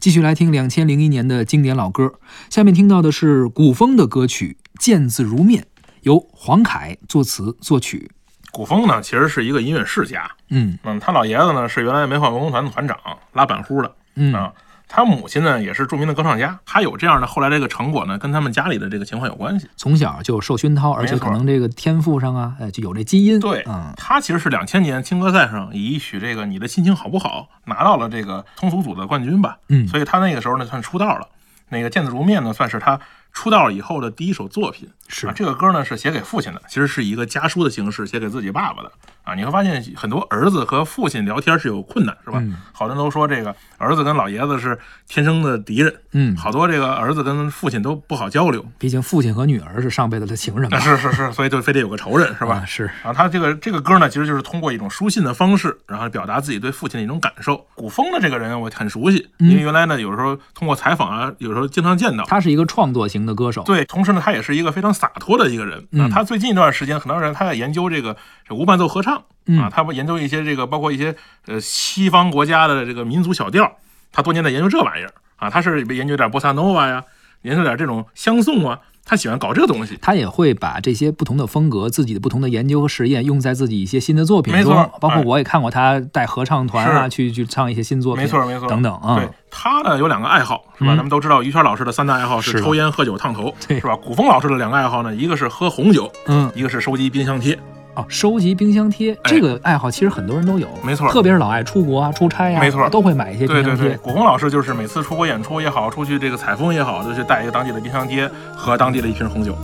继续来听两千零一年的经典老歌，下面听到的是古风的歌曲《见字如面》，由黄凯作词作曲。古风呢，其实是一个音乐世家。嗯嗯，他老爷子呢是原来梅花文工团的团长，拉板胡的嗯啊。他母亲呢也是著名的歌唱家，他有这样的后来这个成果呢，跟他们家里的这个情况有关系。从小就受熏陶，而且没错可能这个天赋上啊，哎，就有这基因。对嗯，他其实是两千年青歌赛上以一曲这个你的心情好不好拿到了这个通俗组的冠军吧。嗯所以他那个时候呢算出道了。那个见字如面呢，算是他出道以后的第一首作品。是啊，这个歌呢是写给父亲的，其实是一个家书的形式，写给自己爸爸的啊。你会发现很多儿子和父亲聊天是有困难，是吧？嗯好多人都说这个儿子跟老爷子是天生的敌人，嗯，好多这个儿子跟父亲都不好 交流，毕竟父亲和女儿是上辈子的情人啊、嘛， 是是是，所以就非得有个仇人，是吧？啊是，然后他这个这个歌呢，其实就是通过一种书信的方式，然后表达自己对父亲的一种感受。古风的这个人我很熟悉，因嗯为原来呢有时候通过采访啊，有时候经常见到。他是一个创作型的歌手。对，同时呢，他也是一个非常洒脱的一个人。嗯啊，他最近一段时间，很多人他在研究这个这无伴奏合唱、嗯啊，他不研究一些这个包括一些呃西方国家的这个民族小调，他多年在研究这玩意儿啊，他是研究点波萨诺瓦呀，研究点这种相送啊，他喜欢搞这个东西。他也会把这些不同的风格、自己的不同的研究和实验用在自己一些新的作品没中错，包括哎我也看过他带合唱团啊是去去唱一些新作品，没错没错等等啊。对他呢有两个爱好是吧？嗯咱们都知道于谦老师的三大爱好是是的抽烟、喝酒、烫头，对是吧？古风老师的两个爱好呢，一个是喝红酒，嗯，一个是收集冰箱贴。哦，收集冰箱贴这个爱好其实很多人都有，哎没错特别是老爱出国啊、出差啊，没错都会买一些冰对箱对对，贴。古风老师就是每次出国演出也好，出去这个采风也好，都去带一个当地的冰箱贴和当地的一瓶红酒。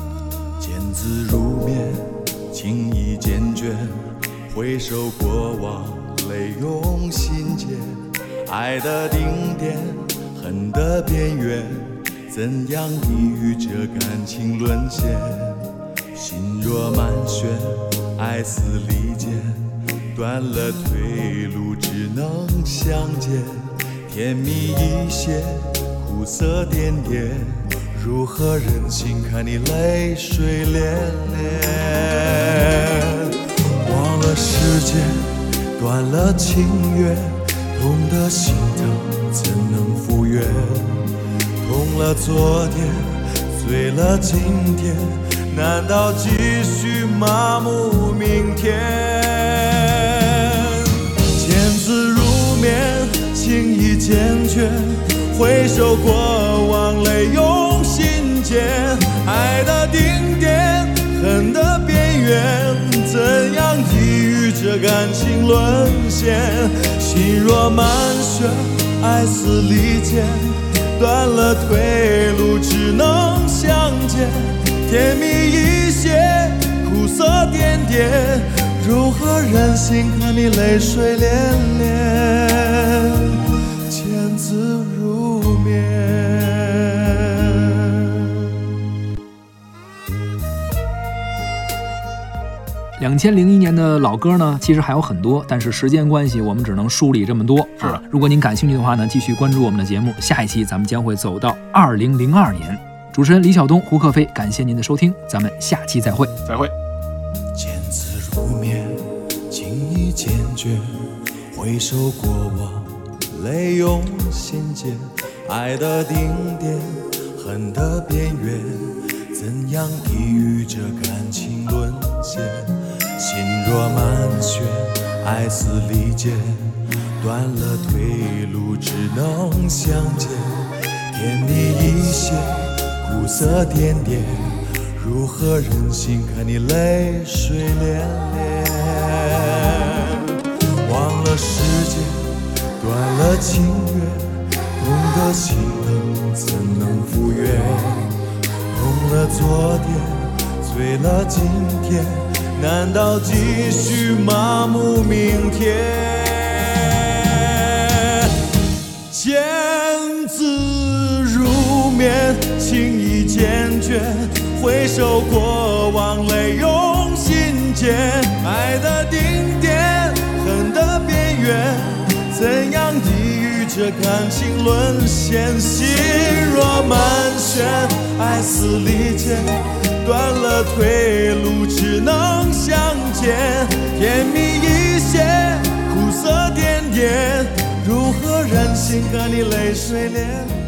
见字如面，情意缱绻，回首过往，泪涌心间。爱的顶点，恨的边缘，怎样抵御这感情沦陷？心若满弦，爱似利剑，断了退路，只能相见。甜蜜一些，苦涩点点，如何忍心看你泪水涟涟？忘了时间，断了情缘，痛的心疼怎能复原？痛了昨天，醉了今天，难道继续麻木明天？见字如面，情意缱绻，回首过往，泪涌心间，爱的顶点，恨的边缘，怎样抵御这感情沦陷？心若满血，爱似利剑，断了退路，只能相见，甜蜜一些。苦涩点点，如何忍心看你泪水涟涟，见字如面。两千零一年的老歌呢，其实还有很多，但是时间关系，我们只能梳理这么多。是的啊如果您感兴趣的话呢，继续关注我们的节目，下一期咱们将会走到二零零二年。主持人李晓东、胡克飞，感谢您的收听，咱们下期再会。再会。见字如面，情意缱绻，回首过往，泪涌心间，爱的顶点，恨的边缘，怎样抵御这感情沦陷？心若满血，爱似利剑，断了退路，只能相见，甜蜜一些，苦涩点点。如何忍心看你泪水涟涟？忘了时间，断了情缘，痛的心疼怎能复原？痛了昨天，醉了今天，难道继续麻木明天？见字如面，情意缱绻，回首过往，泪涌心间，爱的顶点，恨的边缘，怎样抵御这感情沦陷？心若满弦，爱似利剑，断了退路，只能相见，甜蜜一些，苦涩点点。如何忍心看你泪水涟